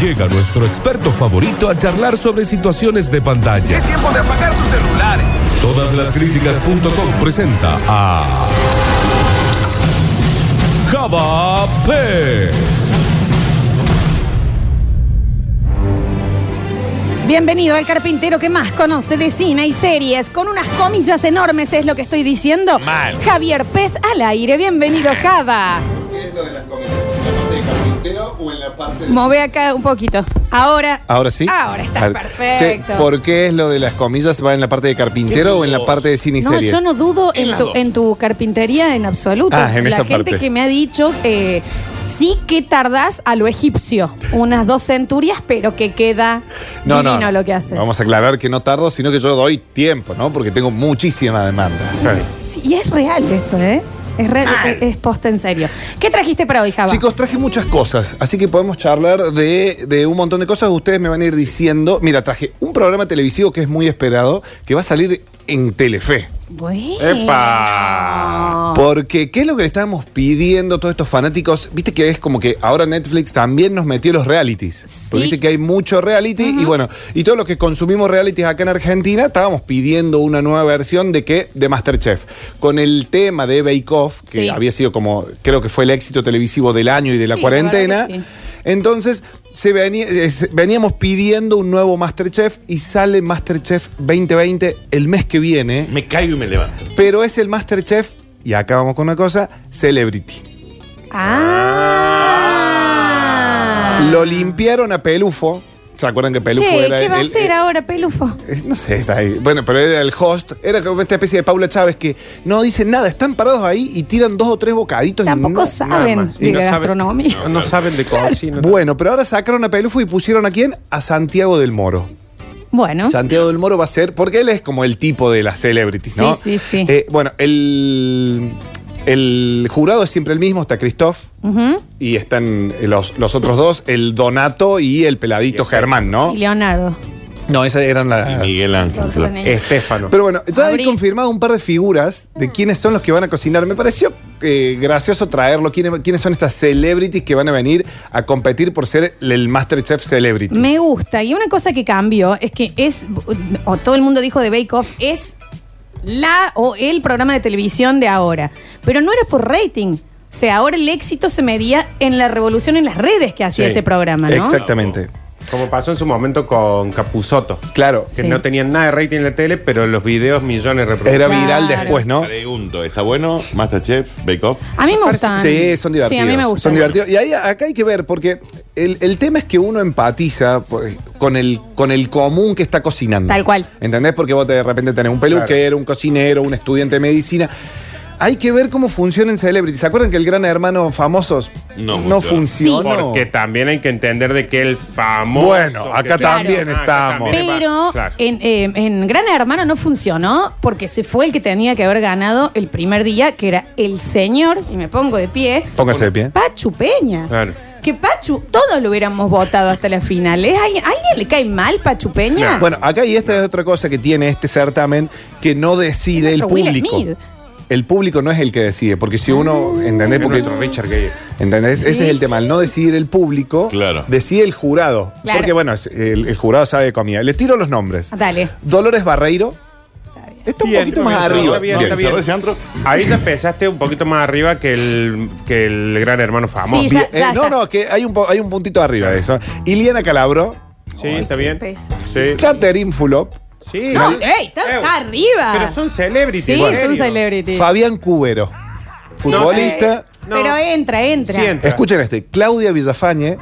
Llega nuestro experto favorito a charlar sobre situaciones de pantalla. Es tiempo de apagar sus celulares. Todas las críticas.com presenta a Java Pez. Bienvenido al carpintero que más conoce de cine y series, con unas comillas enormes es lo que estoy diciendo. Mal. Javier Pez al aire, bienvenido Java. ¿Qué es lo de las comidas? ¿En la parte de carpintero o en la parte de.? Move acá un poquito. Ahora. Ahora sí. Ahora está Al- perfecto. Che, ¿Por qué es lo de las comillas? ¿Va en la parte de carpintero o en la parte de cine y No, series? yo no dudo en tu, en tu carpintería en absoluto. Ah, en La esa gente parte. que me ha dicho eh, sí que tardás a lo egipcio, unas dos centurias, pero que queda No, no, divino lo que haces. Vamos a aclarar que no tardo, sino que yo doy tiempo, ¿no? Porque tengo muchísima demanda. Sí, y es real esto, ¿eh? Es real, es, es posta en serio. ¿Qué trajiste para hoy, Java? Chicos, traje muchas cosas, así que podemos charlar de, de un montón de cosas. Ustedes me van a ir diciendo. Mira, traje un programa televisivo que es muy esperado, que va a salir en Telefe. Bueno. ¡Epa! Porque, ¿qué es lo que le estábamos pidiendo a todos estos fanáticos? Viste que es como que ahora Netflix también nos metió los realities. Porque viste que hay mucho reality y bueno, y todos los que consumimos realities acá en Argentina, estábamos pidiendo una nueva versión de que de Masterchef. Con el tema de Bake Off, que Sí. había sido como, creo que fue el éxito televisivo del año y de la Sí, la verdad cuarentena. que sí. Entonces, se venía- eh, se- veníamos pidiendo un nuevo Masterchef y sale Masterchef 2020 el mes que viene Me caigo y me levanto. pero es el Masterchef, y acá vamos con una cosa, Celebrity. Ah. Lo limpiaron a Pelufo. ¿Se acuerdan que Pelufo Che, era ¿qué el, va a el- hacer ahora, Pelufo? eh, No sé, está ahí. Bueno, pero era el host. Era como esta especie de Paula Chávez que no dicen nada, están parados ahí y tiran dos o tres bocaditos. y Tampoco no- saben más. de Y no saben- gastronomía. No, no saben de cocina. Bueno, pero ahora sacaron a Pelufo y pusieron a quién? A Santiago del Moro. Bueno, Santiago del Moro va a ser, porque él es como el tipo de las celebrities, ¿no? Sí, sí, sí. Eh, bueno, el, el jurado es siempre el mismo, está Christoph. Ujú. Y están los, los otros dos, el Donato y el peladito Germán, ¿no? y Leonardo. No, esas eran las... Miguel Ángel. Estefano. Pero bueno, ya Abrí. he confirmado un par de figuras Ah. de quiénes son los que van a cocinar. Me pareció eh, gracioso traerlo, quiénes, quiénes son estas celebrities que van a venir a competir por ser el Masterchef Celebrity. Me gusta. Y una cosa que cambió es que es, o todo el mundo dijo de Bake Off, es la o el programa de televisión de ahora. Pero no era por rating. O sea, ahora el éxito se medía en la revolución en las redes que hacía Sí, ese programa, ¿no? Exactamente. Como pasó en su momento con Capuzoto. Claro. Que Sí. no tenían nada de rating en la tele, pero los videos millones Era reproducidos. viral Claro. después, ¿no? Pregunto, ¿está bueno Masterchef, Bake Off? A mí me gustan. Sí, son divertidos. Sí, a mí me gustan. Son divertidos. Y ahí, acá hay que ver, porque el, el tema es que uno empatiza pues, con el, con el común que está cocinando. Tal cual. ¿Entendés? Porque vos de repente tenés un peluquero, Claro. un cocinero, un estudiante de medicina. Hay que ver cómo funciona en Celebrity. ¿Se acuerdan que el gran hermano famosos No no funcionó. funcionó? Porque también hay que entender de que el famoso. Bueno, acá que- Ah, también acá estamos. también va- Pero claro. en, eh, en Gran Hermano no funcionó porque se fue el que tenía que haber ganado el primer día, que era el señor, y me pongo de pie, Póngase de pie. Pachu Peña. Claro. Que Pachu, todos lo hubiéramos votado hasta la final. ¿Es alguien- ¿A alguien le cae mal Pachu Peña? No. Bueno, acá y esta es otra cosa que tiene este certamen que no decide el otro Will público. Smith. Ah. El público no es el que decide, porque si uno, ¿entendés? Era Porque nuestro Richard Gay. ¿Entendés? Ese es el tema, al no decidir el público, Claro. decide el jurado. Claro. Porque bueno, es- el, el jurado sabe de comida. Le tiro los nombres. Ah, Dale. Dolores Barreiro. Está un Bien, poquito más organizado, arriba. está bien, Bien. está bien. ¿Cerró ese antro? Ahí ya empezaste un poquito más arriba que el, que el gran hermano famoso. Sí, Sí, ya- Bien, eh, no, está. no, que hay un, po- hay un puntito arriba de eso. Iliana Calabro, está bien. peso. Sí. Catherine Fulop, Sí. No, ey, está, Eh, está arriba. Pero son celebrities. Sí, ¿en son serio? celebrities. Fabián Cubero, futbolista. No. Pero entra, entra. Sí, entra. Escuchen este, Claudia Villafañe.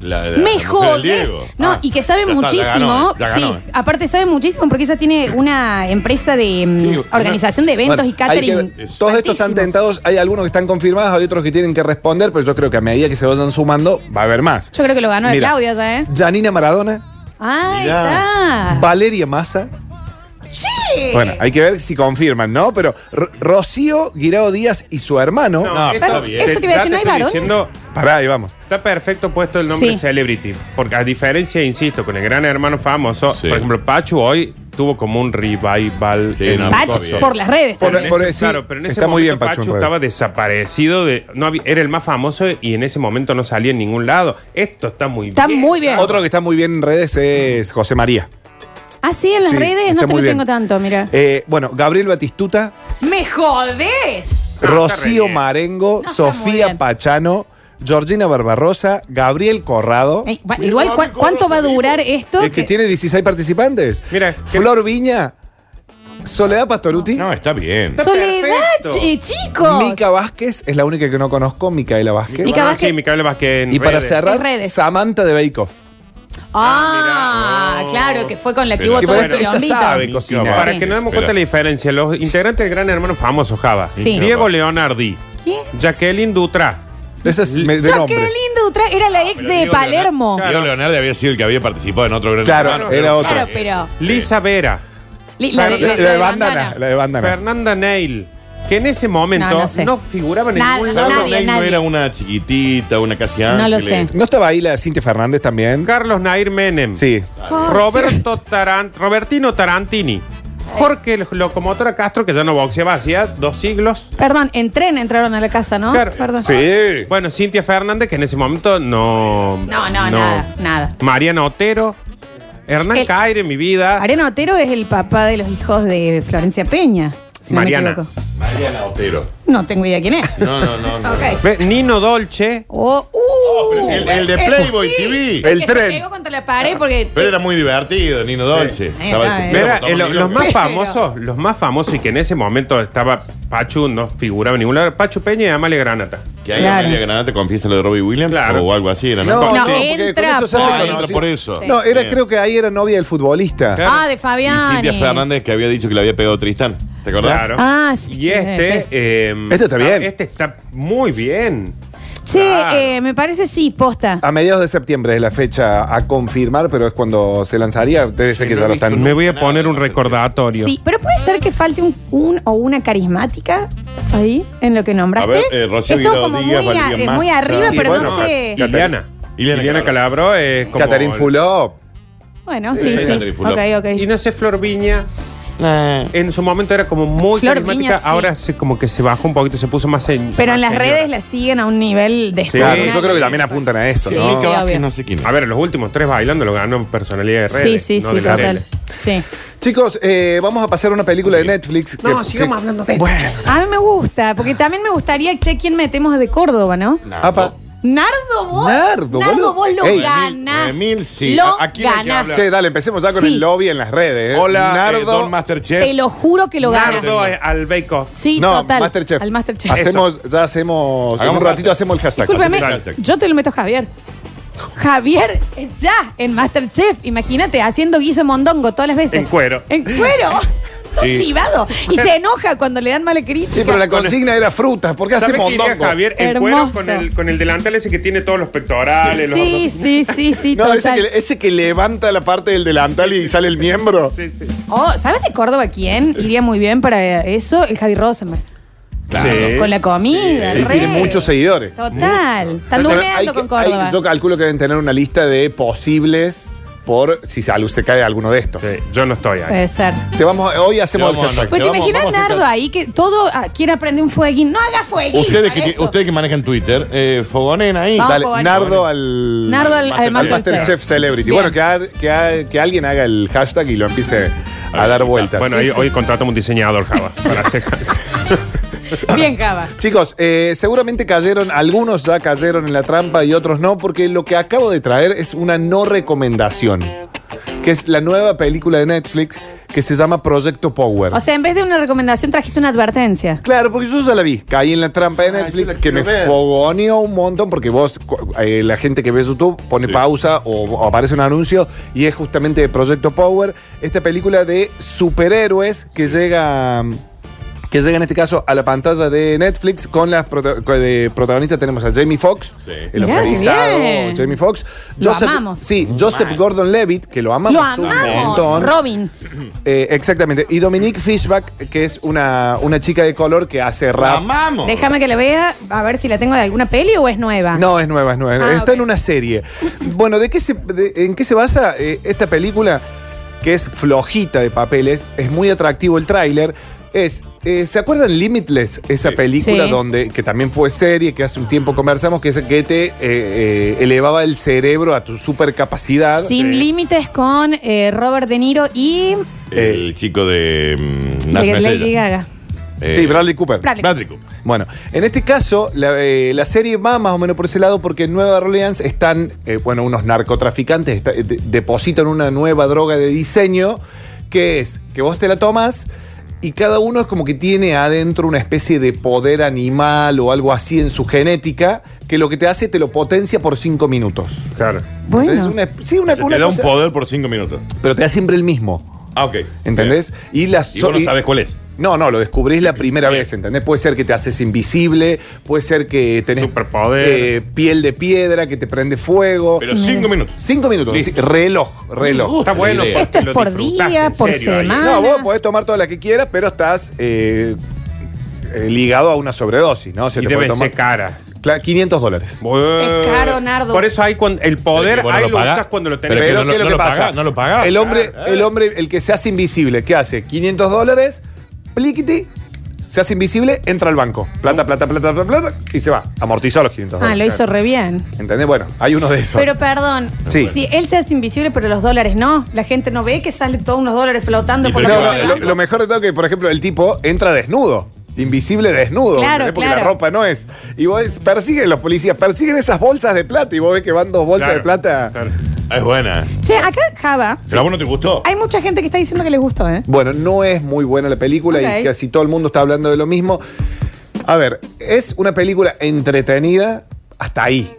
La- la- Me la mujer del jodes. Diego. No, Ah. y que sabe Ya está, muchísimo. la ganó, la ganó. eh. Sí, aparte sabe muchísimo porque ella tiene una empresa de mm, Sí, organización de eventos Bueno, y hay que catering. ver. todos estos están Altísimo. tentados, hay algunos que están confirmados, hay otros que tienen que responder, pero yo creo que a medida que se vayan sumando, va a haber más. Yo creo que lo ganó el Mira. Claudio ya, ¿eh? Janina Maradona, Ah, Eh. Mirá. está. Valeria Massa. Sí. Bueno, hay que ver si confirman, ¿no? Pero R- Rocío Guirao Díaz y su hermano. No, esto- está bien. Eso te iba a decir, ¿no hay estoy varones? diciendo, Pará, ahí vamos. Está perfecto puesto el nombre Sí. celebrity. Porque a diferencia, insisto, con el gran hermano famoso, Sí. por ejemplo, Pachu hoy tuvo como un revival. Sí, en no, Pachu. Pacho, está bien. por las redes. Por- En también. ese- por- sí, claro, pero en ese está muy bien momento Pachu en Pachu redes. estaba desaparecido, de, no había- era el más famoso y en ese momento no salía en ningún lado. Esto está muy Está bien. muy bien. Otro que está muy bien en redes es José María. Ah, sí, en las Sí, redes está no te muy lo bien. tengo tanto, mira. Eh, bueno, Gabriel Batistuta, ¡Me jodés! Ah, está re Rocío bien. Marengo, No, está muy Sofía bien. Pachano, Georgina Barbarosa, Gabriel Corrado. Ey, va- igual, ¿cuá- Mira, ¿cuánto va a amigo. durar esto? Eh, Es que tiene 16 participantes. Mira, que- Flor Viña, Soledad Pastoruti, No, está bien. Está Soledad, perfecto. chi- chicos. Mica Vázquez, es la única que no conozco, Micaela Vázquez. Mica Ah, Vázquez. Sí, Micaela Vázquez en Y para redes. cerrar, En redes. Samantha de Bake Off. Ah, Ah, mira. Oh. claro, que fue con la que Pero hubo Que todo para el bueno, esta, esta quilombito. sabe Sí. cocinar. Para Sí. que nos Espera. demos cuenta de la diferencia, los integrantes del Gran Hermano famoso Java. Sí. Diego Leonardi. ¿Quién? Jacqueline Dutra. Esa es me- de Yo, qué nombre. lindo. tra- Era la ex Pero de Diego Palermo. Leonardo- Diego Leonardo había sido el que había participado en otro gran Claro, Hermano, era pero- otro. Claro, pero. Lisa Vera. Li- La, Fer- la- La, la de bandana, la de bandana. Fernanda Neil. Que en ese momento No, no, no sé. figuraba en Nada, ningún lado. Claro, Nadie, Ney no nadie. era una chiquitita, una casi No lo ángeles. sé. ¿No estaba ahí la de Cintia Fernández también? Carlos Nair Menem. Sí. Ah, Roberto Taran- Robertino Tarantini. Jorge L- Locomotora Castro, que ya no boxeaba hacía dos siglos. Perdón, en tren entraron a la casa, ¿no? Claro. Perdón. Sí. Bueno, Cintia Fernández, que en ese momento no. No, no, nada, nada. Eh. Mariana Otero. Hernán El- Caire, mi vida. Mariano Otero es el papá de los hijos de Florencia Peña. si no me Mariana. equivoco. Mariana Otero. No tengo idea quién es. No, no, no. no. Ok. Ve- Nino Dolce. Oh, uh, pero el- el de Playboy TV. que El se tren. pegó contra la pared porque. Pero era muy divertido, Nino Dolce. Sí. Estaba Ahí ese- está, eh. era Mira, como eh, lo- Tomás los Miloca. más Pero- famosos, los más famosos y que en ese momento estaba Pachu, no figuraba en ningún lado, Pachu Peña y Amalia Granata. Que ahí Claro. Amelia Granada te confiesa lo de Robbie Williams Claro. o algo así. Era, No, Con- no, No, porque con entra eso se por- Ah, hace entra conocido. por eso. No, era, Bien. creo que ahí era novia del futbolista. Claro. Ah, de Fabián. Y Cintia Fernández que había dicho que le había pegado Tristán. ¿Te acordás? Claro. Ah, sí. Y este. eh, Este está bien. Este está muy bien. Che, Claro. eh, me parece sí, posta. A mediados de septiembre es la fecha a confirmar, pero es cuando se lanzaría. Debe ser Sí, que no ya he lo visto están. Me voy a nada poner de un Masterchef. recordatorio. Sí, pero puede ser que falte un, un o una carismática ahí en lo que nombraste. A ver, eh, Rocío Es todo Guirao como Díaz, muy, a- Valeria eh, muy Massa. arriba, Sí, pero bueno, no sé. Iliana. Iliana, Iliana Calabro es como. Catarín Fulop. Bueno, Sí, sí, sí, sí. Andrés Ok, Fulop. Y ok. no sé, Flor Viña. Nah. En su momento era como muy Flor carismática, Viña, sí. ahora se, como que se bajó un poquito, se puso más en. Pero en más las Ah, señora. redes la siguen a un nivel de Sí, Claro, yo sí, creo que sí. también apuntan a eso, Sí, ¿no? sí, Mica Vázquez, obvio. no sé quién es. A ver, los últimos tres bailando lo ganó en personalidad de Sí, redes. sí, no sí, de la total. tele. Sí. Chicos, eh, vamos a pasar a una película de Netflix. No, que- sigamos que- hablando de esto. Bueno, A mí me gusta, porque también me gustaría che quién metemos de Córdoba, ¿no? apa. Nardo vos. Nardo, boludo. vos lo Ey, ganás. 9.000, sí. Lo ¿A- a quién hay que ganás. hablar? Che, dale, empecemos ya con Sí. el lobby en las redes. ¿eh? Hola, Nardo, Nardo. Don Masterchef. Te lo juro que lo ganas. Nardo eh, al Bake Off. Sí, no, total. Masterchef. Al Masterchef. Hacemos, ya hacemos. en Hagamos un ratito Masterchef. hacemos el hashtag. Discúlpeme, Hashtag. yo te lo meto a Javier. Javier, eh, ya, en Masterchef, imagínate, haciendo guiso mondongo todas las veces. En cuero. En cuero. Todo Sí. chivado. Y se enoja cuando le dan mala crítica. Sí, pero la consigna era frutas. ¿Por qué ¿Sabes hacemos qué iría mondongo? Javier en Hermoso. cuero con el, con el delantal ese que tiene todos los pectorales? los- Sí, sí, sí, sí, No, ese total. que, ese que levanta la parte del delantal y sale el miembro. Sí, sí. Oh, ¿sabes de Córdoba quién iría muy bien para eso? El Javi Rosenberg. Claro. Sí. Con la comida, el Él tiene re. muchos seguidores. Total. Están Bueno, hay durmiendo que- con Córdoba. hay- yo calculo que deben tener una lista de posibles por si se, se cae alguno de estos. Sí, Yo no estoy ahí. Puede ser. Te vamos, hoy hacemos Vamos, el hashtag. Pues te Vamos, imaginas vamos a hacer Nardo caso. ahí que todo ah, quiere aprender un fueguín. No haga fueguín. Ustedes que, Alberto. ustedes que manejan Twitter, eh, fogonen ahí. Vamos, Dale, Fogoni. Nardo al, Nardo al- al Masterchef. Masterchef Celebrity. Bien. Bueno, que, ha- que ha- que alguien haga el hashtag y lo empiece a dar vueltas. Bueno, Pues, Sí, ahí- sí. hoy contratamos un diseñador, Java, para hacer Bien, Java. Chicos, eh, seguramente cayeron, algunos ya cayeron en la trampa y otros no, porque lo que acabo de traer es una no recomendación, que es la nueva película de Netflix que se llama Proyecto Power. O sea, en vez de una recomendación, trajiste una advertencia. Claro, porque yo ya la vi. Caí en la trampa de Ah, yo Netflix la que me quiero ver. fogoneó un montón porque vos, cu- eh, la gente que ve YouTube, pone pausa o, o aparece un anuncio y es justamente de Proyecto Power, esta película de superhéroes que llega mm, que llega en este caso a la pantalla de Netflix con las prota- con- de protagonistas tenemos a Jamie Foxx, Sí. el Mirá, qué organizado bien. Jamie Foxx, Lo amamos. sí, Joseph Gordon-Levitt que lo amamos, Lo un amamos, montón. Robin. Eh, exactamente. Y Dominique Fishback, que es una, una chica de color que hace rap. Ramamos. Déjame que la vea, a ver si la tengo de alguna peli o es nueva. No, es nueva, es nueva. Ah, Está ok. en una serie. Bueno, ¿de qué se, de- ¿en qué se basa eh, esta película? que es flojita de papeles, es muy atractivo el tráiler. Es, eh, ¿se acuerdan Limitless? Esa película Sí. donde, que también fue serie, que hace un tiempo conversamos, que, es, que te eh, eh, elevaba el cerebro a tu supercapacidad. Sin límites con eh, Robert De Niro y El chico de. mm, Nace una Eh. Lady estrella. Gaga. Eh, Sí, Bradley Cooper. Bradley. Bradley Cooper. Bueno, en este caso, la, eh, la serie va más o menos por ese lado porque en Nueva Orleans están, eh, bueno, unos narcotraficantes está- eh, de- depositan una nueva droga de diseño que es que vos te la tomas y cada uno es como que tiene adentro una especie de poder animal o algo así en su genética que lo que te hace te lo potencia por cinco minutos. Claro. Entonces, Bueno, una- sí, una, Se una te da un cosa- poder por cinco minutos. pero te da siempre el mismo. Ah, ok. ¿Entendés? Y las Y vos no y- sabes cuál es. no, no, lo descubrís la primera Bien. vez, ¿entendés? Puede ser que te haces invisible, puede ser que tenés Superpoder. eh, piel de piedra, que te prende fuego. Pero cinco minutos. Cinco minutos, Listo. sí, reloj, reloj. Uh, Está bueno. idea. porque Esto es lo por disfrutás, día, en por serio, ahí. semana. No, vos podés tomar toda la que quieras, pero estás eh, eh, ligado a una sobredosis, ¿no? Se Y te puede debe tomar- ser cara. Cla- 500 dólares. Bueno. caro, Nardo. Por eso hay cuando, el Pero que poder, vos no ahí lo lo, pagás. usas cuando lo tenés. Pero Pero, es que no ¿qué lo- es lo no que lo pasa? pagás, no lo pagás. Ah. El hombre, Claro, el hombre, el que se hace invisible, ¿qué hace? 500 dólares, pliquiti, se hace invisible, entra al banco. Plata, Uh. plata, plata, plata, plata, y se va. Amortizó los 500 Ah, dólares. lo hizo re bien. ¿Entendés? Bueno, hay uno de esos. Pero perdón, Sí. si él se hace invisible, pero los dólares no, la gente no ve que salen todos unos dólares flotando Y por pero la no, no, calle. no, no, lo, no. lo mejor de todo que, por ejemplo, el tipo entra desnudo. Invisible desnudo, Claro, ¿entendés? porque claro. la ropa no es. Y vos persiguen los policías, persiguen esas bolsas de plata y vos ves que van dos bolsas Claro, de plata. claro. Es buena. Che, acá, Java, ¿Pero a vos no te gustó? hay mucha gente que está diciendo que les gustó, ¿eh? Bueno, no es muy buena la película Ok. y casi todo el mundo está hablando de lo mismo. A ver, es una película entretenida hasta ahí.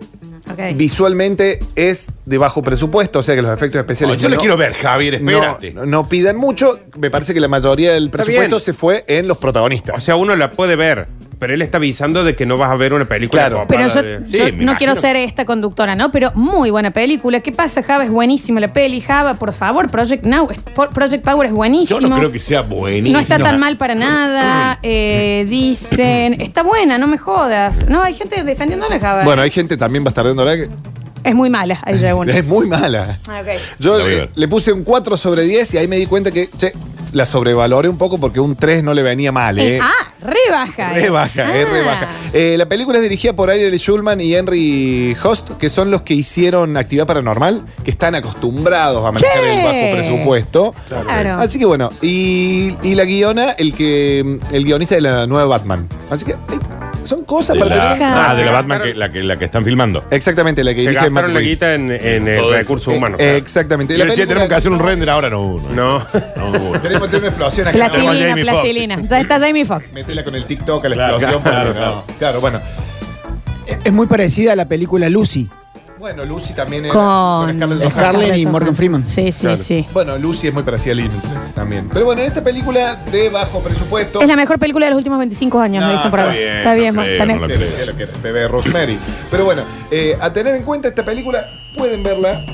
Ok. Visualmente es de bajo presupuesto, o sea que los efectos No, especiales. yo le no- quiero ver, Javier, espérate. No, no pidan mucho. Me parece que la mayoría del presupuesto bien. se fue en los protagonistas. O sea, uno la puede ver, pero él está avisando de que no vas a ver una película. Claro. copada Pero yo, de- Sí, yo me no imagino. quiero ser esta conductora, ¿no? Pero muy buena película. ¿Qué pasa, Java? Es buenísima la peli. Java, por favor, Project Now, es- por- Project Power es buenísimo. Yo no creo que sea buenísimo. No está tan mal para nada. eh, dicen, está buena, no me jodas. No, hay gente defendiéndola, Java. Bueno, hay gente también bastardeándola que Es muy mala, ahí llega uno. es muy mala. Ah, ok. Yo La voy a le, ver. le puse un 4 sobre 10 y ahí me di cuenta que, che, la sobrevaloré un poco porque un 3 no le venía mal, ¿eh? Eh, ah, rebaja. Ah. Re baja, es re baja. Eh, la película es dirigida por Ariel Schulman y Henry Host, que son los que hicieron Actividad Paranormal, que están acostumbrados a manejar Che. el bajo presupuesto. Claro. Así que bueno, y, y la guiona, el que el guionista de la nueva Batman. Así que eh, son cosas De para la, tener. Deja. ah, de la Batman que, la, que, la que están filmando. Exactamente, la que Se dirige Matt gastaron la Reeves. guita en, en el Todo eso. recurso humano. Eh, claro. Exactamente. Y La le decía, película- tenemos que hacer un render ahora, no uno. No. No, uno. Tenemos que tener una explosión acá. Tenemos a Plastilina, Jamie Foxx. plastilina. Ya está Jamie Fox. Metela con el TikTok a la Claro, explosión. claro, porque no. Claro, bueno. Es muy parecida a la película Lucy. Bueno, Lucy también era- Con Scarlett Johansson. Scarlett y Morgan Freeman. Sí, sí, Claro. sí. Bueno, Lucy es muy parecida a Limitless también. Pero bueno, en esta película de bajo presupuesto. Es la mejor película de los últimos 25 años, No, me dicen por está ahí. bien, Está no bien, creo, tenés- no la- Bebé, lo que era, bebé Rosemary. Pero bueno, eh, a tener en cuenta esta película, pueden verla.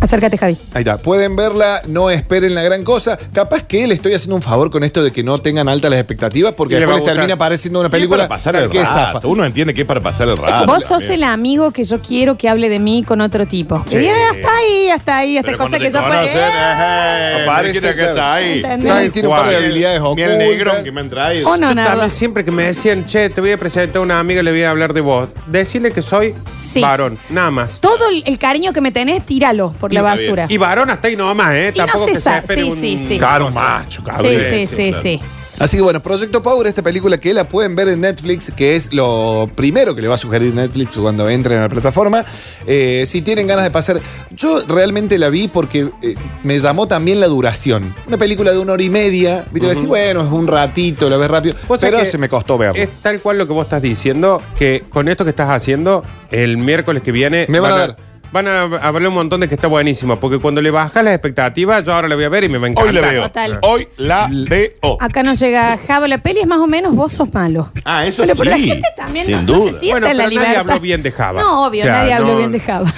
acércate, Javi. Ahí está, pueden verla, no esperen la gran cosa. Capaz que le estoy haciendo un favor con esto de que no tengan altas las expectativas, porque Y le va después a les gustar. termina pareciendo una Película película para pasar el que es zafa. rato. Uno entiende que es para pasar el rato. Vos sos el amigo que yo quiero que hable de mí con otro tipo. Sí. Y hasta ahí, hasta ahí, hasta Pero cosa cuando que te yo conocen, eh, Aparece, ¿quién es que está ahí? ¿Entendés? Nadie tiene un par de Guay. habilidades Miel ocultas. negrón que me han traído. Oh, no. Yo nada. también siempre que me decían, che, te voy a presentar a una amiga y le voy a hablar de vos. Decirle que soy Sí. varón, nada más. Todo el, el cariño que me tenés, tíralo por la Está bien. basura. Y varón hasta ahí nomás, ¿eh? Y no Tampoco se que se sabe. espere Sí, un... sí, sí. Claro, macho, sí, cabrón. sí, Sí, sí, claro. sí. Así que bueno, Proyecto Power, esta película que la pueden ver en Netflix, que es lo primero que le va a sugerir Netflix cuando entren a la plataforma. Eh, si tienen ganas de pasar, yo realmente la vi porque eh, me llamó también la duración. Una película de una hora y media, viste, decís, bueno, es un ratito, la ves rápido, Vos sabés pero que se me costó verla. Es tal cual lo que vos estás diciendo, que con esto que estás haciendo, el miércoles que viene... Me van a ver. Van a hablar un montón de que está buenísimo, porque cuando le bajas las expectativas, yo ahora la voy a ver y me va a encantar. Hoy la veo. Total. Hoy la veo. Acá nos llega Java, la peli es más o menos vos sos malo. Ah, eso Pero, sí. pero la gente también Sin no, no se duda. sienta Bueno, en la pero nadie libertad. habló bien de Java. No, obvio, O sea, nadie habló no- bien de Java.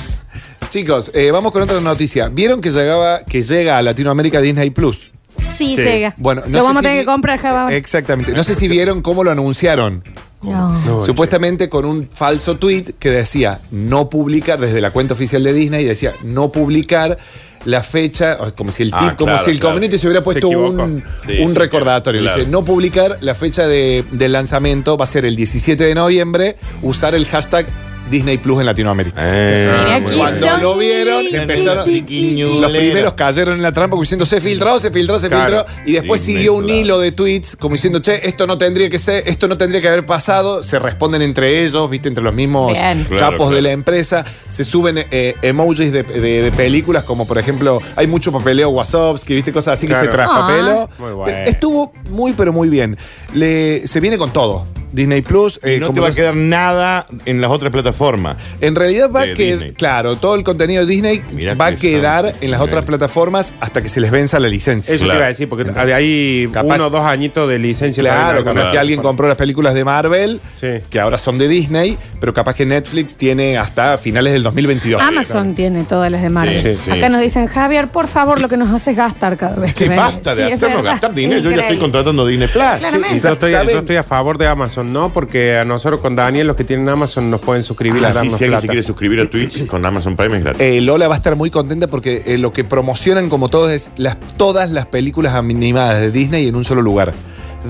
Chicos, eh, vamos con otra noticia. ¿Vieron que, llegaba, que llega a Latinoamérica Disney Plus? Sí, Sí. llega. Bueno, no Lo sé vamos a si tener vi- que comprar, Java. ahora. Exactamente. No sé si vieron cómo lo anunciaron. No. No, Supuestamente con un falso tweet que decía no publicar desde la cuenta oficial de Disney, decía no publicar la fecha, o es como si el tip, Ah, como claro, si el claro. community se hubiera Se puesto equivocó. un, Sí, un sí, recordatorio. claro. Dice, no publicar la fecha de, del lanzamiento va a ser el 17 de noviembre, usar el hashtag Disney Plus en Latinoamérica. Mira, Ah, Eh, aquí muy bueno. Cuando son lo vieron, li- empezaron- li- li- li- Los primeros cayeron en la trampa como diciendo se filtró, se filtró, se filtró. Claro. Y después Disney siguió un Plus. hilo de tweets como diciendo, che, esto no tendría que ser, esto no tendría que haber pasado. Se responden entre ellos, viste, entre los mismos Bien. capos Claro, claro. de la empresa. Se suben eh, emojis de, de- de películas, como por ejemplo, hay mucho papeleo Wasowski, viste, cosas así que Claro. se traspapeló. Muy bueno. Estuvo muy, pero muy bien. Le- se viene con todo. Disney Plus, eh, Y no como te va a ya- quedar nada en las otras plataformas. en realidad va de a quedar, Disney. claro, todo el contenido de Disney Mirá va a que quedar está. en las otras plataformas hasta que se les venza la licencia. Eso te Claro. iba a decir, porque hay Capaz- uno o dos añitos de licencia. Claro, para- como que alguien compró las películas de Marvel, Sí. que ahora son de Disney, pero capaz que Netflix tiene hasta finales del 2022. Amazon tiene todas las de Marvel. Sí, sí, Acá sí. nos dicen, Javier, por favor, lo que nos haces gastar cada vez. Sí, que ven". basta de es Hacernos verdad. gastar dinero. Yo ya estoy Increíble. contratando Disney Plus. Claramente. Y yo estoy, ¿Saben? yo estoy a favor de Amazon, ¿no? Porque a nosotros con Daniel, los que tienen Amazon, nos pueden suscribir Ah, a sí, darnos si alguien se plata. quiere suscribir a Twitch con Amazon Prime es gratis. Eh, Lola va a estar muy contenta porque eh, lo que promocionan como todos es las, todas las películas animadas de Disney en un solo lugar.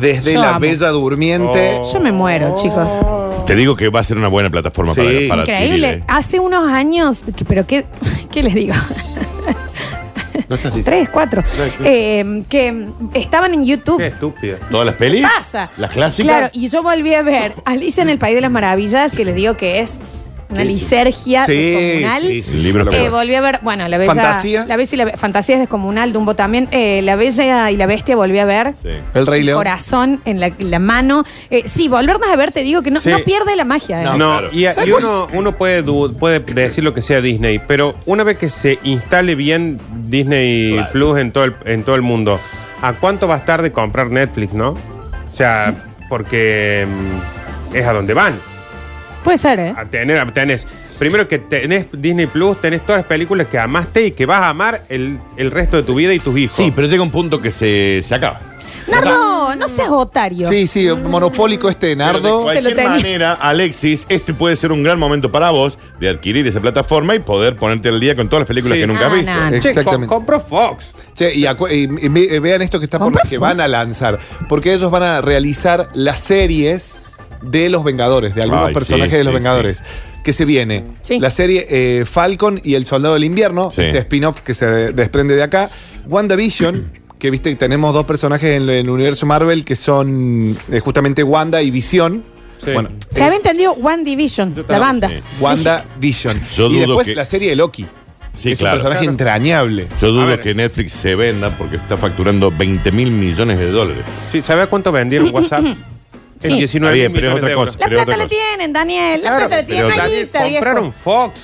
Desde Yo La amo. Bella Durmiente. Oh. Yo me muero, chicos. Te digo que va a ser una buena plataforma Sí. para, para Increíble. adquirir, eh. Hace unos años, que- pero qué, ¿qué les digo? ¿No Eh, estás diciendo Tres, cuatro. Eh, que estaban en YouTube. Qué estúpido. ¿Todas las pelis? pasa. ¿Las clásicas? Claro, y yo volví a ver Alicia en el País de las Maravillas, que les digo que es una lisergia descomunal. Libro lo Eh, Pero- volví a ver, bueno, la bella, Fantasía. la bella y la Be- fantasía es descomunal, Dumbo también, Eh, la bella y la bestia volví a ver, Sí. El Rey León. corazón en la, la mano, Eh, sí, volvernos a ver te digo que no, Sí. no pierde la magia, ¿eh? No, claro. y, y ¿Sabes cuál? uno, uno puede, du- puede decir lo que sea Disney, pero una vez que se instale bien Disney Claro. Plus en todo, el, en todo el mundo, ¿a cuánto va a estar de comprar Netflix, no? O sea, porque mm, es a donde van. puede ser, ¿eh? A tener, a- tenés. Primero que tenés Disney Plus, tenés todas las películas que amaste y que vas a amar el, el resto de tu vida y tus hijos. Sí, pero llega un punto que se, se acaba. Nardo, no seas otario. Sí, sí, Mm. monopólico Pero de este, Nardo. Te lo cualquier tenía. manera, Alexis, este puede ser un gran momento para vos de adquirir esa plataforma y poder ponerte al día con todas las películas Sí. que nunca Ah, has visto. no, no. Che, Exactamente. co- compró Fox. Che, y, acu- y- y ve- vean esto que está por Compra que van a lanzar, porque ellos van a realizar las series de los Vengadores, de algunos Ay, sí, personajes de los sí, Vengadores, que se viene. Sí. La serie eh, Falcon y El Soldado del Invierno, Sí. este spin-off que se de- desprende de acá. WandaVision, que viste que tenemos dos personajes en el universo Marvel que son eh, justamente Wanda y Visión. Sí. Bueno, Te había es entendido One Division, la también, banda. sí. Wanda Vision. Yo y dudo después que- la serie de Loki. Sí, es claro. un personaje entrañable. Yo A dudo ver. que Netflix se venda porque está facturando 20 mil millones de dólares. Sí, ¿Sabes cuánto vendieron WhatsApp? Sí. En 19 Está bien, pero es millones otra de euros. cosa. La Pero plata otra la cosa. tienen, Daniel, la Claro, plata la tienen pero ahí, Daniel, compraron Fox.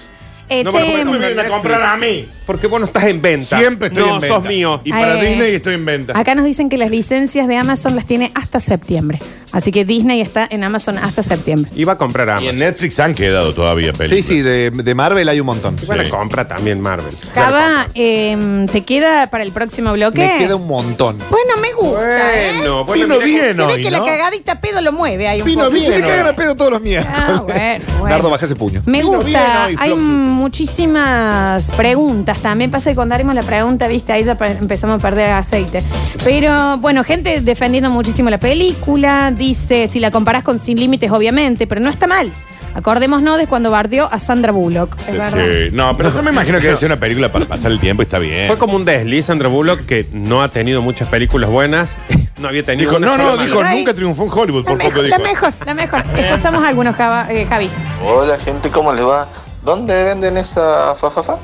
Eh, No me che, lo pueden comprar a mí. Porque vos no estás en venta. Siempre estoy no, en venta. sos mío. Y para Eh. Disney estoy en venta. Acá nos dicen que las licencias de Amazon las tiene hasta septiembre. Así que Disney está en Amazon hasta septiembre. Iba a comprar a Y en Amazon. Netflix han quedado todavía Sí, películas. sí, de, de Marvel hay un montón. Bueno, Sí. compra también Marvel. Cava, eh, ¿te queda para el próximo bloque? Me queda un montón. Bueno, me gusta. ¿eh? Bueno, bueno, Vino mira bien. Se ve hoy, que ¿no? la cagadita pedo lo mueve. Hay un Vino poco. bien. Se me no. cagan a pedo todos los miércoles. Ah, bueno, bueno. Nardo, baja ese puño. Me Vino gusta, bien hoy, hay Floxy. muchísimas preguntas. También pasa que cuando haremos la pregunta, viste, ahí ya pa- empezamos a perder aceite. Pero bueno, gente defendiendo muchísimo la película, dice, si la comparás con Sin Límites, obviamente, pero no está mal. Acordémonos de cuando bardeó a Sandra Bullock. Es verdad. Sí, No, pero yo me imagino que debe ser una película para pasar el tiempo y está bien. Fue como un desliz, Sandra Bullock, que no ha tenido muchas películas buenas. No había tenido. Dijo, una no, sola no, mala. dijo, Ay. nunca triunfó en Hollywood, La por poco mejor, dijo. la mejor, la mejor. Escuchamos algunos, Java- eh, Javi. Hola gente, ¿cómo les va? ¿Dónde venden esa fafafa?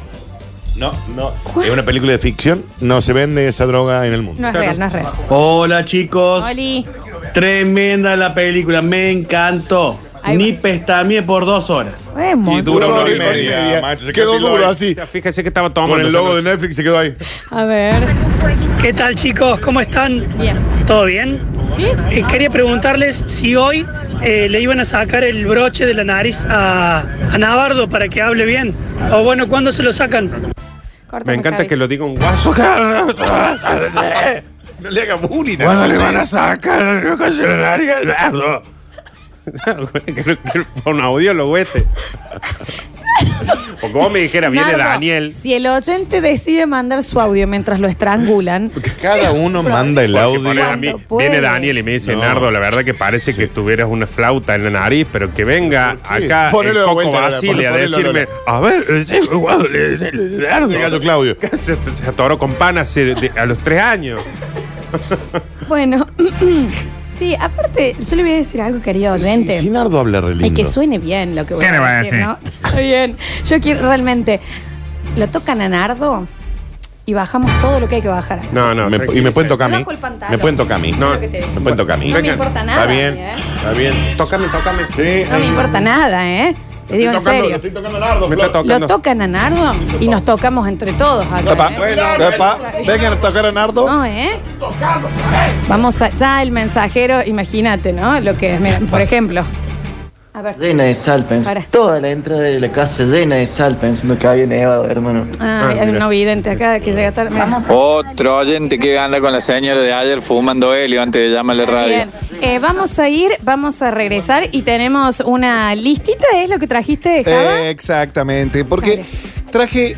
No, no. Es una película de ficción, no se vende esa droga en el mundo. No es real, no es real. Hola chicos, Oli. tremenda la película, me encantó. Ahí Ni va. pestañeé por dos horas. Eh, un montón. dura una hora y media, macho, se Quedó castigó duro ahí. así. Fíjese que estaba tomando. Con el logo de Netflix se quedó ahí. A ver. ¿Qué tal chicos? ¿Cómo están? Bien. ¿Todo bien? Sí. Eh, quería preguntarles si hoy eh, le iban a sacar el broche de la nariz a, a Navardo para que hable bien. O bueno, ¿cuándo se lo sacan? Me Córtame, encanta Javi. que lo diga un guaso. No le haga bullying. ¿Cuándo le van a sacar el concesionario Alberto? Creo que fue un audio lo Porque vos me dijeras, viene Nardo, Daniel. Si el oyente decide mandar su audio mientras lo estrangulan, Porque cada uno manda el porque audio. ponele a mí, Cuando puede. viene Daniel y me dice, No. Nardo, la verdad que parece que tuvieras una flauta en la nariz, pero que venga acá Ponelo el de Coco vuelta, Lola, Basile pon- a ponelo, decirme, a ver, eh, sí, guau, eh, eh, Leonardo". El gato Claudio. Se, se atoró con pan hace, de- a los tres años. bueno. sí, aparte, yo le voy a decir algo, querido oyente. Si, si Nardo habla re lindo. Y que suene bien lo que voy ¿Qué le voy a a decir, decir? ¿no? Está bien. Yo quiero realmente. Lo tocan a Nardo y bajamos todo lo que hay que bajar. No, no. Me- tranquilo. y me pueden tocar a Se mí. bajo el pantalón. Me pueden tocar a mí. Es No, lo que te digo. Me pueden tocar a mí. No me importa nada. Está bien. ¿eh? Está bien. Tócame, tócame. Sí. No me importa nada, ¿eh? Te digo en Estoy tocando- serio. Estoy tocando Nardo. Me Flor. está tocando. Lo tocan a Nardo y nos tocamos entre todos acá, Epa, ¿eh? epa, vengan a tocar a Nardo. No, ¿eh? Vamos a, ya el mensajero, imagínate, ¿no? Lo que es, mira, por ejemplo. A ver. Llena de salpens. Para. Toda la entrada de la casa llena de salpens. Me cae nevado, hermano. Ah, hay un mira. vidente acá que llega tarde. Vamos Otro oyente que anda con la señora de ayer fumando helio antes de llamarle radio. Bien. Eh, vamos a ir, vamos a regresar y tenemos una listita, ¿es lo que trajiste, Java? Eh, exactamente. Porque traje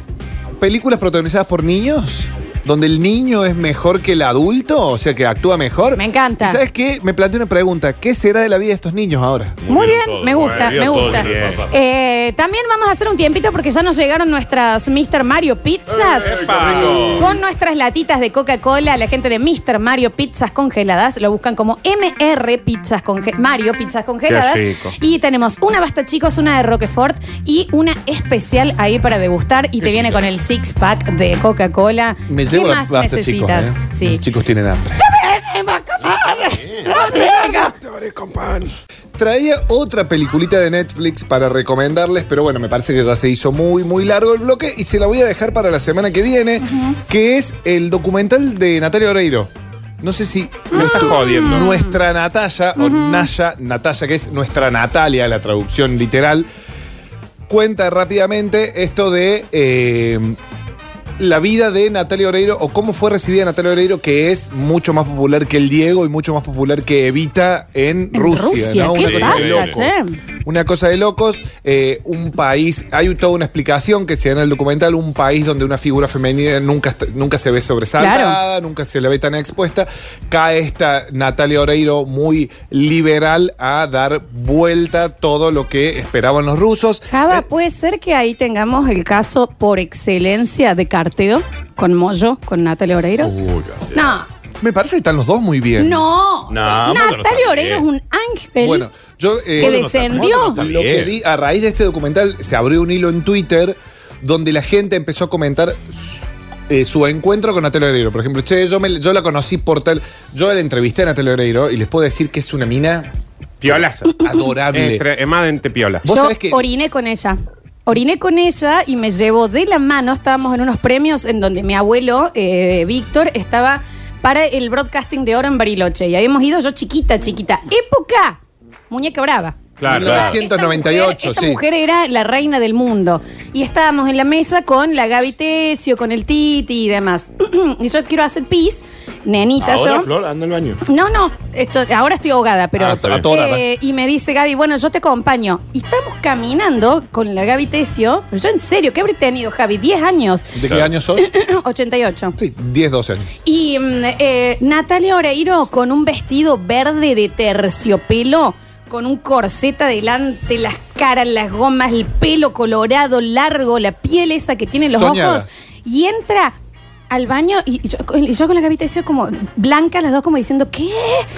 películas protagonizadas por niños. Donde el niño es mejor que el adulto, o sea que actúa mejor. Me encanta. ¿Y ¿Sabes qué? Me planteé una pregunta. ¿Qué será de la vida de estos niños ahora? Muy bien, todo. me gusta, Bueno, me todo gusta. bien. Eh, también vamos a hacer un tiempito porque ya nos llegaron nuestras Mr. Mario Pizzas. Epa. Con nuestras latitas de Coca-Cola, la gente de Mr. Mario Pizzas Congeladas lo buscan como MR Pizzas Conge- Mario Pizzas Congeladas. Qué rico. Y tenemos una Basta Chicos, una de Roquefort y una especial ahí para degustar. Y te viene con el six pack de Coca-Cola. Me ¿Qué llevo la más plata, chicos. necesitas? ¿eh? Sí. Los chicos tienen hambre. Traía otra peliculita de Netflix para recomendarles, pero bueno, me parece que ya se hizo muy, muy largo el bloque y se la voy a dejar para la semana que viene, que es el documental de Natalia Oreiro. No sé si Me está jodiendo. nuestra Natalia, o Naya, Natalia, que es nuestra Natalia, la traducción literal, cuenta rápidamente esto de eh, la vida de Natalia Oreiro o cómo fue recibida Natalia Oreiro, que es mucho más popular que el Diego y mucho más popular que Evita en, En Rusia. Rusia, ¿no? ¿qué Una cosa de pasa, locos. che? Una cosa de locos, eh, un país, hay toda una explicación que se da en el documental, un país donde una figura femenina nunca, est- nunca se ve sobresaltada, nunca se la ve tan expuesta, cae esta Natalia Oreiro muy liberal a dar vuelta todo lo que esperaban los rusos. Eh. Java, puede ser que ahí tengamos el caso por excelencia de Carteo con Moyo, con Natalia Oreiro. Uy, Eh, no, Me parece que están los dos muy bien. No, no. Moyo no está Natalia bien. Oreiro es un ángel. Bueno, yo. eh, que bueno, descendió. Está Lo que bien. di, a raíz de este documental se abrió un hilo en Twitter donde la gente empezó a comentar su, eh, su encuentro con Natalia Oreiro. Por ejemplo, che, yo, me- yo la conocí por tal. Yo la entrevisté a Natalia Oreiro y les puedo decir que es una mina Piolas. adorable. Es, tre- es más de entre piola. vos Yo sabés que- oriné con ella. Oriné con ella y me llevó de la mano. Estábamos en unos premios en donde mi abuelo, eh, Víctor, estaba para el broadcasting de oro en Bariloche. Y habíamos ido yo chiquita, chiquita. Época, muñeca brava. Claro. Claro. claro. 198, esta mujer, esta sí. mujer era la reina del mundo. Y estábamos en la mesa con la Gaby Tesio, con el Titi y demás. y yo quiero hacer pis, nenita Ahora, yo. Flor, anda al baño. No, no, esto, ahora estoy ahogada, pero. Ah, está bien. Atorada. Eh, y me dice Gaby, bueno, yo te acompaño. Y estamos caminando con la Gaby Tesio. Pero yo, en serio, ¿qué habré tenido, Javi? 10 años, ¿De qué año sos? 88. Sí, 10, 12 años. Y mm, eh, Natalia Oreiro con un vestido verde de terciopelo, con un corseta delante, las caras, las gomas, el pelo colorado largo, la piel esa que tienen los Soñada. ojos. Y entra al baño y yo, y yo con la gavita decía como blanca las dos como diciendo, ¿qué?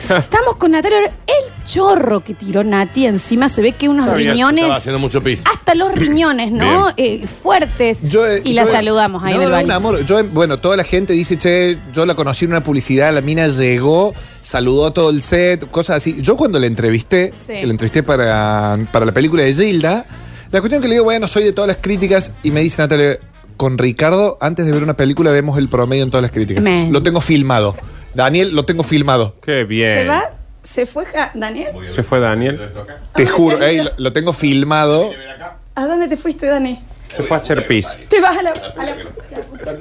Estamos con Natalia Oreiro. El chorro que tiró Nati encima se ve que unos Está bien, Estaba riñones... haciendo mucho pis. Hasta los riñones, ¿no? Eh, fuertes. Yo, eh, y la yo- saludamos ahí en No, el no, baño. un amor. Yo, eh, bueno, toda la gente dice, che, yo la conocí en una publicidad, la mina llegó, saludó a todo el set, cosas así. Yo cuando la entrevisté, Sí. que la entrevisté para, para la película de Gilda, la cuestión que le digo, bueno, soy de todas las críticas, y me dice Natalia, con Ricardo, antes de ver una película, vemos el promedio en todas las críticas. Man. Lo tengo filmado. Daniel, lo tengo filmado. Qué bien. ¿Se va? ¿Se fue Ja- Daniel? Se fue Daniel. Te juro, ey, lo, lo tengo filmado. ¿A dónde te fuiste, Dani? Se fue a hacer pis. Te vas a la. a la-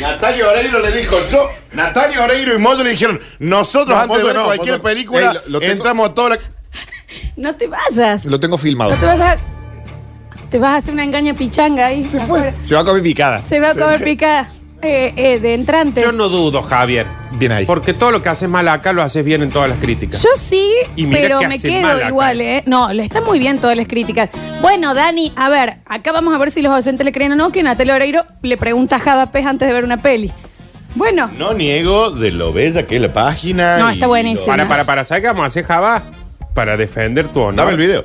Natalia Oreiro le dijo yo. Natalia Oreiro y Moyo le dijeron, nosotros No, antes de Moyo ver no, cualquier Moyo- película, Ey, lo- lo tengo- entramos a toda la... No te vayas. Lo tengo filmado. No te vayas. Te vas a hacer una engaña pichanga ahí. Se fue. Se va a comer picada. Se va a comer picada eh, eh, de entrante. Yo no dudo, Javier. Bien ahí. Porque todo lo que haces mal acá lo haces bien en todas las críticas. Yo sí, Y mira pero que me hace quedo mal acá. igual, ¿eh? No, le está muy bien todas las críticas. Bueno, Dani, a ver, acá vamos a ver si los docentes le creen o no que Natalia Oreiro le pregunta a Java Pez antes de ver una peli. Bueno, No niego de lo bella que es la página. No, y está buenísimo. Para, para, para, ¿sabes qué vamos a hacer, Java? Para defender tu lo- honor. Dame el video.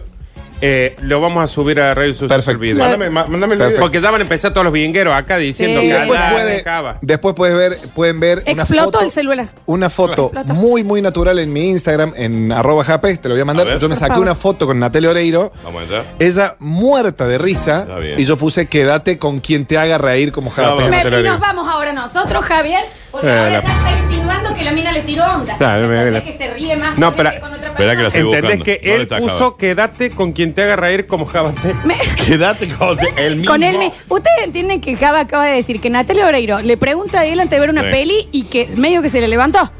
Eh, lo vamos a subir a Radio Suceso Perfecto. el video. Mándame, ma- mándame el Perfecto. video. Porque ya van a empezar todos los vingueros acá diciendo Sí. Y que Eh, después, Ana puede- Java. después puedes ver, pueden ver una explotó foto, el celular. Una foto Explotó. muy, muy natural en mi Instagram, en arroba japes, te lo voy a mandar. A ver. yo me Por saqué favor. una foto con Natalia Oreiro, Vamos a entrar. ella muerta de risa, Está bien. y yo puse quédate con quien te haga reír como No, japes. no. Me- Natalia y Oreiro. nos vamos ahora nosotros, Javier, porque Eh, ahora la- ya está insinuando que la mina le tiró onda. Claro, me- Entonces la- que se ríe más No, con él pero- con otra Esperá que persona. estoy ¿Entendés buscando. que No le él está puso acabado. quédate con quien te haga reír como Java? te- Quédate con el mismo. Con él mi- Ustedes entienden que Java acaba de decir que Natalia Oreiro le pregunta a él antes de ver una Sí. peli y que medio que se le levantó.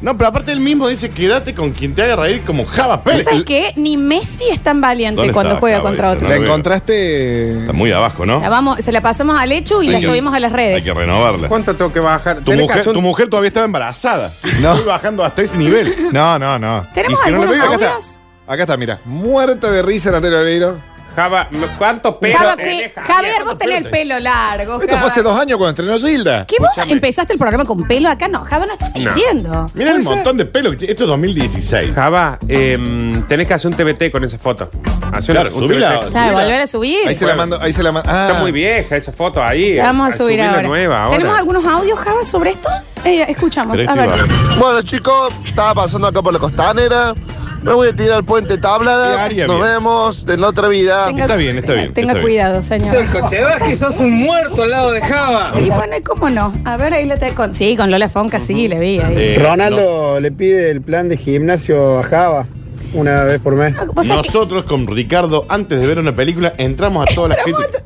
No, pero aparte él mismo dice quédate con quien te haga reír como Java ¿Tú Pérez. sabes qué? Ni Messi es tan valiente ¿Dónde cuando está juega Java contra ese, otro. no? La encontraste. Está muy abajo, ¿no? La vamos, se la pasamos al hecho y Hay la que- subimos a las Hay redes. que renovarla. ¿Cuánto tengo que bajar? Tu Tenés mujer, razón. tu mujer todavía estaba embarazada. No. Estoy bajando hasta ese nivel. No, no, no. ¿Tenemos Y que no algunos le veo, acá está. audios? Acá está, mira. Muerta de risa Natalia Oreiro. Java, ¿cuánto pelo Java, tenés, que- Javier, vos tenés el tenés? pelo largo. Esto Java. fue hace dos años cuando estrenó Gilda. ¿Qué vos empezaste el programa con pelo acá? No, Java no estás No. mintiendo. Mirá el Puede ser. Ah, montón de pelo que tiene. Esto es 2016. Java, em, tenés que hacer un TBT con esa foto. Hacer Claro, subila. Claro, Mira. volver a subir. Ahí se la mando, ahí se la mando. Ah, Está muy vieja esa foto ahí. La Vamos a, subir subirla ahora. nueva ahora. ¿Tenemos algunos audios, Java, sobre esto? Eh, escuchamos. Pero A este ver. va- Bueno, chicos, estaba pasando acá por la costanera. Me voy a tirar al puente Qué Tablada. área, Nos bien. vemos en la otra vida. Tenga- eh, Está bien, está bien, está Tenga bien. cuidado, señor. que sos un muerto al lado de Java. Y bueno, ¿y cómo no? A ver, ahí la te con. Sí, con Lola Fonca, sí, le vi ahí. Eh, Ronaldo le pide el plan de gimnasio a Java una vez por mes. Ah, Vos no- sabés que- nosotros con Ricardo, antes de ver una película, entramos a todas las críticas.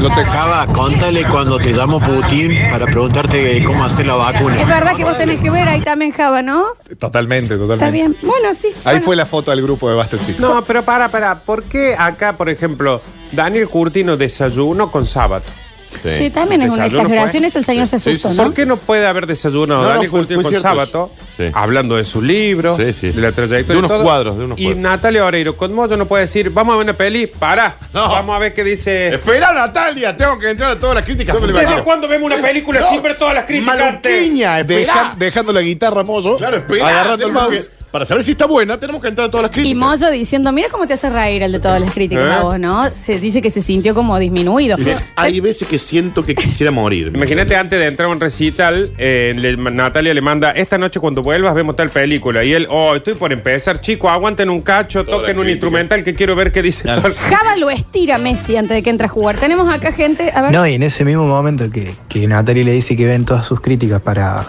lo tengo. Java, contale cuando te llamo Putin para preguntarte cómo hacer la es vacuna. verdad que vos tenés que ver ahí también, Java, ¿no? Totalmente, totalmente. Está bien. Bueno, sí. Ahí bueno. fue la foto del grupo de Basta Chico. No, pero para, para. ¿Por qué acá, por ejemplo, Daniel Curtino desayuno con sábado? Sí, también es una Desayuno fue. exageración, es el señor se Sí, asustó, sí, sí. ¿no? ¿Por qué no puede haber desayunado No, no, Daniel fue- Curtino fue con cierto sábado? eso. Sí. Hablando de sus libros, Sí, sí, sí. de la trayectoria. De unos y todo. cuadros, de unos Y cuadros. Natalia Oreiro, con Moyo no puede decir, vamos a ver una peli, para. No. Vamos a ver qué dice. Espera, Natalia, tengo que entrar a todas las críticas. ¿Desde cuándo vemos una película siempre todas las críticas? Maluquiña, Deja- espera. dejando la guitarra Moyo. Claro, espera. Agarrando el Tenemos mouse. que- para saber si está buena, tenemos que entrar a todas las Y críticas. Moyo diciendo, mira cómo te hace reír el de todas las críticas ¿Eh? a vos, ¿no? Se dice que se sintió como disminuido. Dice, hay veces que siento que quisiera morir. Imagínate antes de entrar a un recital, eh, le- Natalia le manda, esta noche cuando vuelvas vemos tal película. Y él, oh, estoy por empezar, chico, aguanten un cacho, Toda la toquen un crítica. instrumental que quiero ver qué dice. Claro. todo el- Java lo estira a Messi antes de que entre a jugar. Tenemos acá gente, a ver. No, y en ese mismo momento que, que Natalia le dice que ven todas sus críticas para,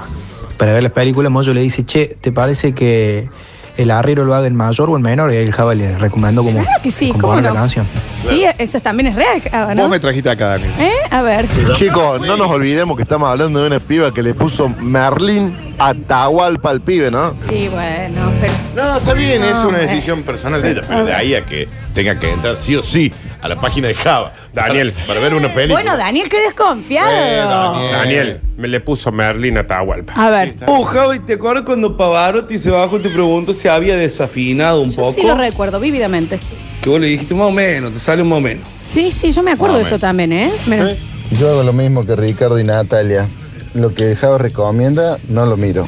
para ver las películas, Moyo le dice, che, ¿te parece que el arriero lo haga el mayor o el menor? Y el Java le recomendó como, Claro que sí, como ¿cómo poner no? la canción. Sí, eso también es real, Java, Vos ¿no? me trajiste acá, Dani. ¿Eh? A ver. Chicos, no nos olvidemos que estamos hablando de una piba que le puso Merlín Atahualpa al pibe, ¿no? Sí, bueno, pero. No, está bien, No, es una eh. decisión personal de ella, pero de ahí a que tenga que entrar sí o sí a la página de Java. Daniel. Para, para ver una película. Bueno, Daniel, qué desconfiado. Eh, Daniel. Daniel, me le puso Merlin a Tahualpa. A ver, Oh, Java, ¿y ¿te acuerdas cuando Pavarotti se bajó? Te pregunto si había desafinado un yo poco. sí lo recuerdo vívidamente. que vos le dijiste más o menos, te sale un más o menos. Sí, sí, yo me acuerdo de Más o eso también, ¿eh? Mira. Yo hago lo mismo que Ricardo y Natalia. Lo que Java recomienda, no lo miro.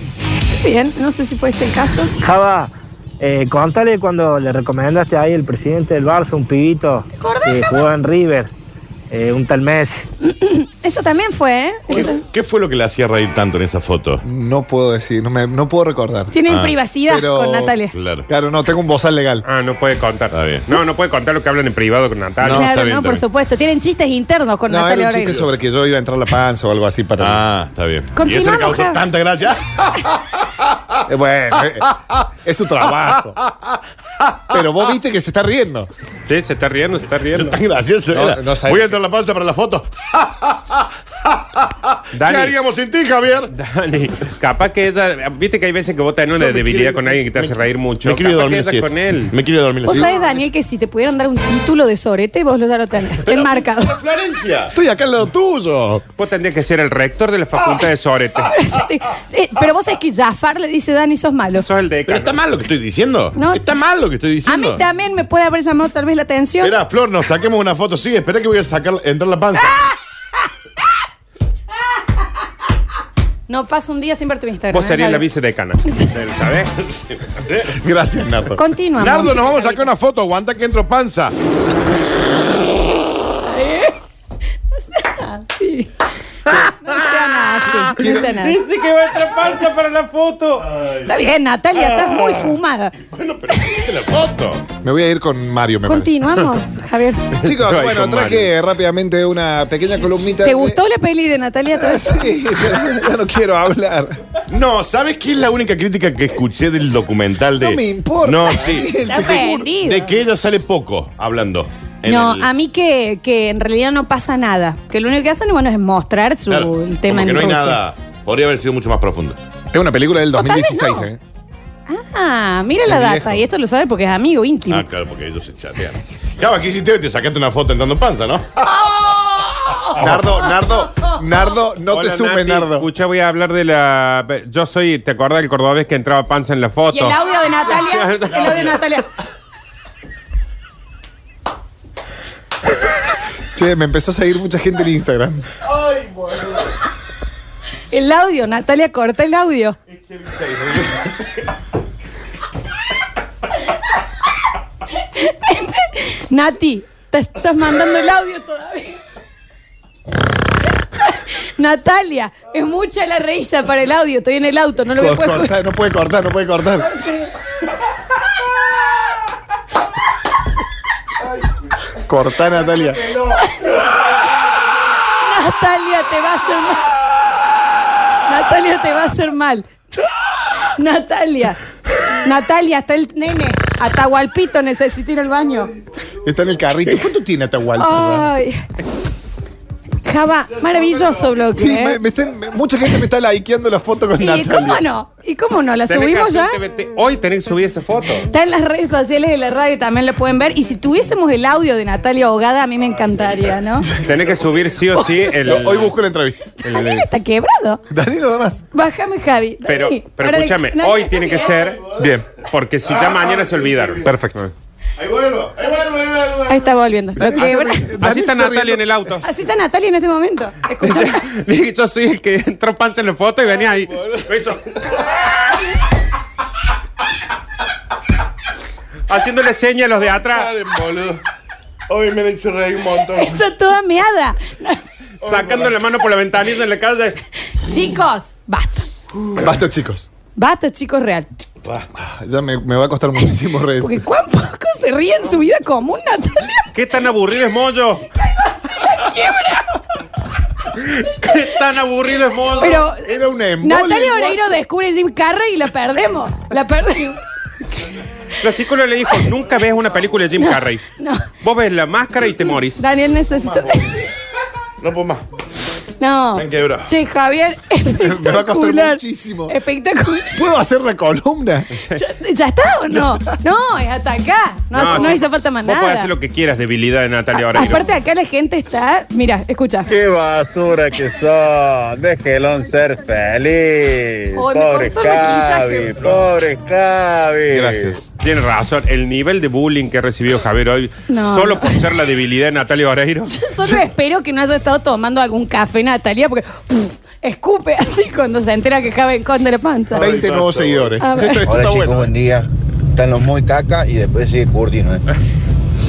Bien, no sé si fue ese el caso. Java, eh, contale cuando le recomendaste ahí el presidente del Barça, un pibito acordás, que jugó en River, eh, un tal Messi. Eso también fue, ¿eh? ¿Qué, qué fue lo que le hacía reír tanto en esa foto? No puedo decir, no, me, no puedo recordar. Tienen Ah, privacidad pero- con Natalia. Claro. Claro, no, tengo un bozal legal. Ah, no puede contar. Está bien. No, no puede contar lo que hablan en privado con Natalia. No, está claro, bien, no, está por bien. supuesto. Tienen chistes internos con No, era Natalia un chiste Oreiro. sobre que yo iba a entrar a la panza o algo así para. Ah, está bien. Y eso le Continuamos, causó Java. tanta gracia. Eh, bueno, eh, es su trabajo. Pero vos viste que se está riendo. Sí, se está riendo, se está riendo. Tan gracioso No, era. no sabía. Voy a entrar a la panza para la foto. ¿Qué haríamos sin ti, Javier? Dani, capaz que ella. Viste que hay veces que vos tenés una Yo me debilidad quiero- con alguien que te hace reír mucho. me quiero ir a Capaz que dormir a ella siete. con él. Me quiero ir a dormir a Vos siete. sabés, Daniel, que si te pudieran dar un título de sorete, vos lo ya lo tenés enmarcado. Florencia. Estoy acá al lado tuyo. Vos tendrías que ser el rector de la facultad de Soretes. Eh, pero vos sabés que Jafar le dice, Dani, sos malo. Sos el Pero decano. está mal lo que estoy diciendo. No. Está mal lo que estoy A diciendo. mí también me puede haber llamado tal vez la atención. Espera, Flor, nos saquemos una foto. Sí, espera que voy a sacar, entrar la panza. Ah. No pasa un día sin ver tu Instagram. ¿eh? Vos serías la Javi. vicedecana. ¿Sabes? Gracias, Nardo. Continuamos. ¿eh? Nardo, nos vamos a sacar una foto. Aguanta que entro panza. Sí. No sean así. No sean así. Ah, Dice que va a entrar panza para la foto. Ah. Está bien, Natalia, estás muy fumada. Bueno, pero ¿qué la foto? Me voy a ir con Mario, me parece. Continuamos, Javier. Chicos, Ay, bueno, con traje rápidamente una pequeña columnita. ¿Te de- gustó la peli de Natalia? Ah, Sí, pero ya no quiero hablar. No, ¿sabes qué es la única crítica que escuché del documental de. No me importa. No, sí. Está ofendido. De que ella sale poco hablando. en No, el- a mí que, que en realidad no pasa nada. Que lo único que hacen bueno, es mostrar su, Claro, el como tema en que no hay Rusia. nada. Podría haber sido mucho más profundo. Es una película del O tal vez 2016, no. ¿eh? Ah, mira la El data. viejo. Y esto lo sabe porque es amigo íntimo. Ah, claro, porque ellos se chatean. Claro, ¿qué hiciste? Te sacaste una foto entrando panza, ¿no? ¡Oh! Nardo, Nardo, Nardo, no Hola, te sumes, Nati. Nardo. Escucha, voy a hablar de la. Yo soy, ¿te acordás del cordobés que entraba panza en la foto? y el audio de Natalia. el audio de Natalia. Che, me empezó a seguir mucha gente en Instagram. El audio, Natalia, corta el audio. Nati, te estás mandando el audio todavía. Natalia, es mucha la risa para el audio. Estoy en el auto, no lo voy a Co- poder corta, no puede cortar, no puede cortar. Cortá, Natalia. Natalia te va a hacer mal. Natalia te va a hacer mal. Natalia. Natalia, está el nene. Atahualpito necesita ir al baño. Está en el carrito. ¿Cuánto tiene ah? Atahualpa? ya? Ay. Java, maravilloso bloque. Sí, ¿eh? me- me están- me- mucha gente me está likeando la foto con Sí, Natalia. ¿cómo no? ¿Y cómo no? ¿La Tenés que subimos ya? hacer TBT. Hoy tenés que subir esa foto. Está en las redes sociales de la radio, también la pueden ver. Y si tuviésemos el audio de Natalia Ahogada, a mí me encantaría, ¿no? Tenés que subir sí o sí el. Hoy busco la entrevista. el- Daniel está quebrado. Dani, nada más. Bájame, Javi. pero, Dani, pero ahora de- escúchame, Natalia, hoy tiene ¿eh? que ser. Bien. Porque si Ah, ya mañana se olvidaron. Perfecto. Ahí vuelvo, ahí vuelvo, ahí vuelvo. Ahí está volviendo. Lo Dani se quebra- ríe. Dani Así está se Natalia riendo. en el auto. Así está Natalia en ese momento. Escucha. Dije, yo soy el que entró panza en la foto y venía Ah, ahí. Lo hizo. Haciéndole señas a los de atrás, Paren, boludo. Hoy me la hice reír un montón. está toda meada. sacando la mano por la ventanilla en la calle. Chicos, basta. Basta, chicos. Basta, chicos, real. Ya me, me va a costar muchísimo reír. Porque cuán poco se ríe en su vida común, Natalia. ¿Qué tan aburrido es Moyo? ¿Qué tan aburrido es Moyo? Pero Era un embole. Natalia el Oreiro guaso. descubre Jim Carrey y la perdemos. La perdemos. La psicóloga le dijo, nunca ves una película de Jim Carrey. No. Vos ves la máscara y te morís. Daniel, necesito. No puedo más. No. Me quebró. Che, Javier, espectacular. Me va a costar muchísimo. Espectacular. ¿Puedo hacer la columna? ¿Ya, ya está o no? No, es hasta acá. No, hace- no sí. hizo falta más Vos nada. podés hacer lo que quieras, debilidad de Natalia Oreiro. Aparte, acá la gente está. Mira, escucha. ¡Qué basura que son! ¡Déjelo ser Ay, feliz! me ¡Pobre cortó el maquillaje. Javi! ¡Pobre Javi! Gracias. Tienes razón, el nivel de bullying que recibió Javier hoy, No, solo no. por ser la debilidad de Natalia Oreiro. Solo espero que no haya estado tomando algún café, Natalia, porque pff, escupe así cuando se entera que Javi esconde la panza. 20 nuevos seguidores. A ver. Esto, esto Hola está chicos, bueno. buen día. Están los muy caca y después sigue Curtino, ¿eh?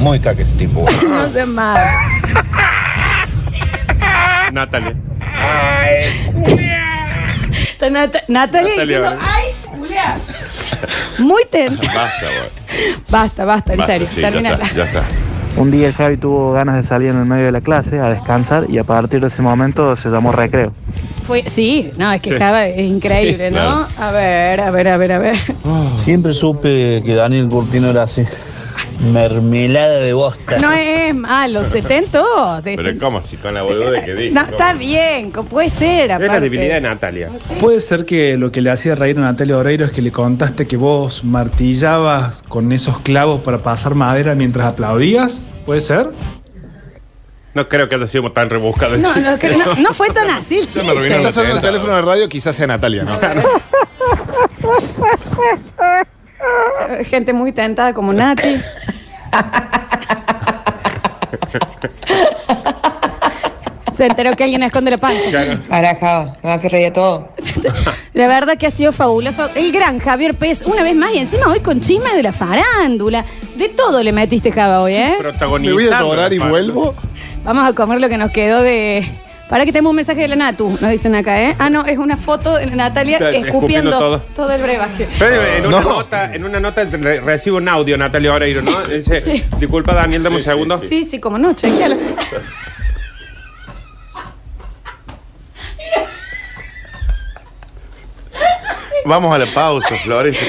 Muy caca ese tipo. güey. No sé más. Natalia. Está Nat- Natalia Natalia, diciendo, ¿verdad? ¡ay, Julia! Muy tensa. Basta, boludo. Basta, basta, en Basta, serio. sí, ya terminala. está, ya está. Un día el Javi tuvo ganas de salir en el medio de la clase a descansar y a partir de ese momento se llamó recreo. Fue- sí, no, es que Sí. Java es increíble, Sí, ¿no? A ver, a ver, a ver, a ver. Siempre supe que Daniel Curtino era así. Mermelada de bosta. No es a los 70. Pero ¿cómo? Si con la boluda que dije. No, ¿cómo? está bien, co- puede ser. Es la aparte. debilidad de Natalia. Puede ser que lo que le hacía reír a Natalia Oreiro es que le contaste que vos martillabas con esos clavos para pasar madera mientras aplaudías. ¿Puede ser? No creo que haya sido tan rebuscado. el No, chiste. no, que- no, no fue tan así el chiste. Está sonando el teléfono de radio, quizás sea Natalia, ¿no? Eh, Gente muy tentada como Nati. Se enteró que alguien esconde la panza. Barajado, me hace reír a todo. La verdad que ha sido fabuloso. El gran Javier Pérez, una vez más, y encima hoy con chisme de la farándula. De todo le metiste, Java, hoy, ¿eh? Me voy a llorar y vuelvo. Vamos a comer lo que nos quedó de. Para que tenemos un mensaje de la Natu, nos dicen acá, ¿eh? Ah, no, es una foto de Natalia Está escupiendo, escupiendo todo. todo. el brebaje. Pero eh, en, una No. nota, en una nota re- recibo un audio, Natalia Oreiro, ¿no? Dice, disculpa, Daniel, dame un segundo. Sí, sí, como no, chequealo. Vamos a la pausa, Flores.